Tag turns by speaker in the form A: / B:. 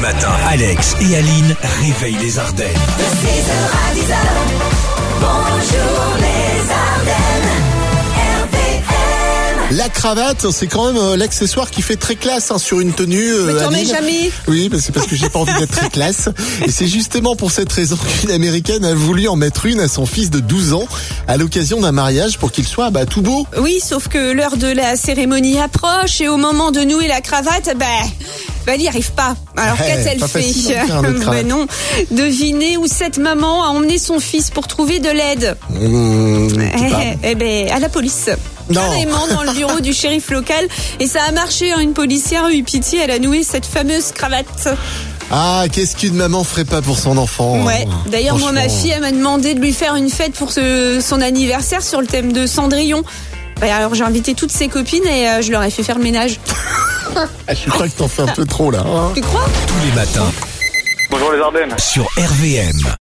A: matin, Alex et Aline réveillent les Ardennes.
B: De 6h à 10h, bonjour les Ardennes, RVM.
C: La cravate, c'est quand même euh, l'accessoire qui fait très classe hein, sur une tenue. euh,
D: Mais t'en mets
C: Aline.
D: jamais.
C: Oui, mais c'est parce que j'ai pas envie d'être très classe. Et c'est justement pour cette raison qu'une américaine a voulu en mettre une à son fils de 12 ans à l'occasion d'un mariage pour qu'il soit bah, tout beau.
D: Oui, sauf que l'heure de la cérémonie approche et au moment de nouer la cravate, ben, ben, elle n'y arrive pas. Alors
C: Ouais,
D: qu'a-t-elle
C: Eh, pas
D: fait
C: facile d'en faire un autre cravate.
D: Ben non. Devinez où cette maman a emmené son fils pour trouver de l'aide.
C: Mmh, c'est pas-
D: Eh, eh ben, à la police.
C: Non.
D: Carrément dans le bureau du shérif local. Et ça a marché. hein. Une policière a eu pitié. Elle a noué cette fameuse cravate.
C: Ah, qu'est-ce qu'une maman ferait pas pour son enfant
D: Ouais.
C: hein,
D: D'ailleurs, moi, ma
C: franchement.
D: fille, elle m'a demandé de lui faire une fête pour ce- son anniversaire sur le thème de Cendrillon. Bah, alors, j'ai invité toutes ses copines et euh, je leur ai fait faire le ménage.
C: Ah, je crois que t'en fais un peu trop là. hein.
D: Tu crois
A: Tous les matins
E: Bonjour les Ardennes.
A: sur RVM.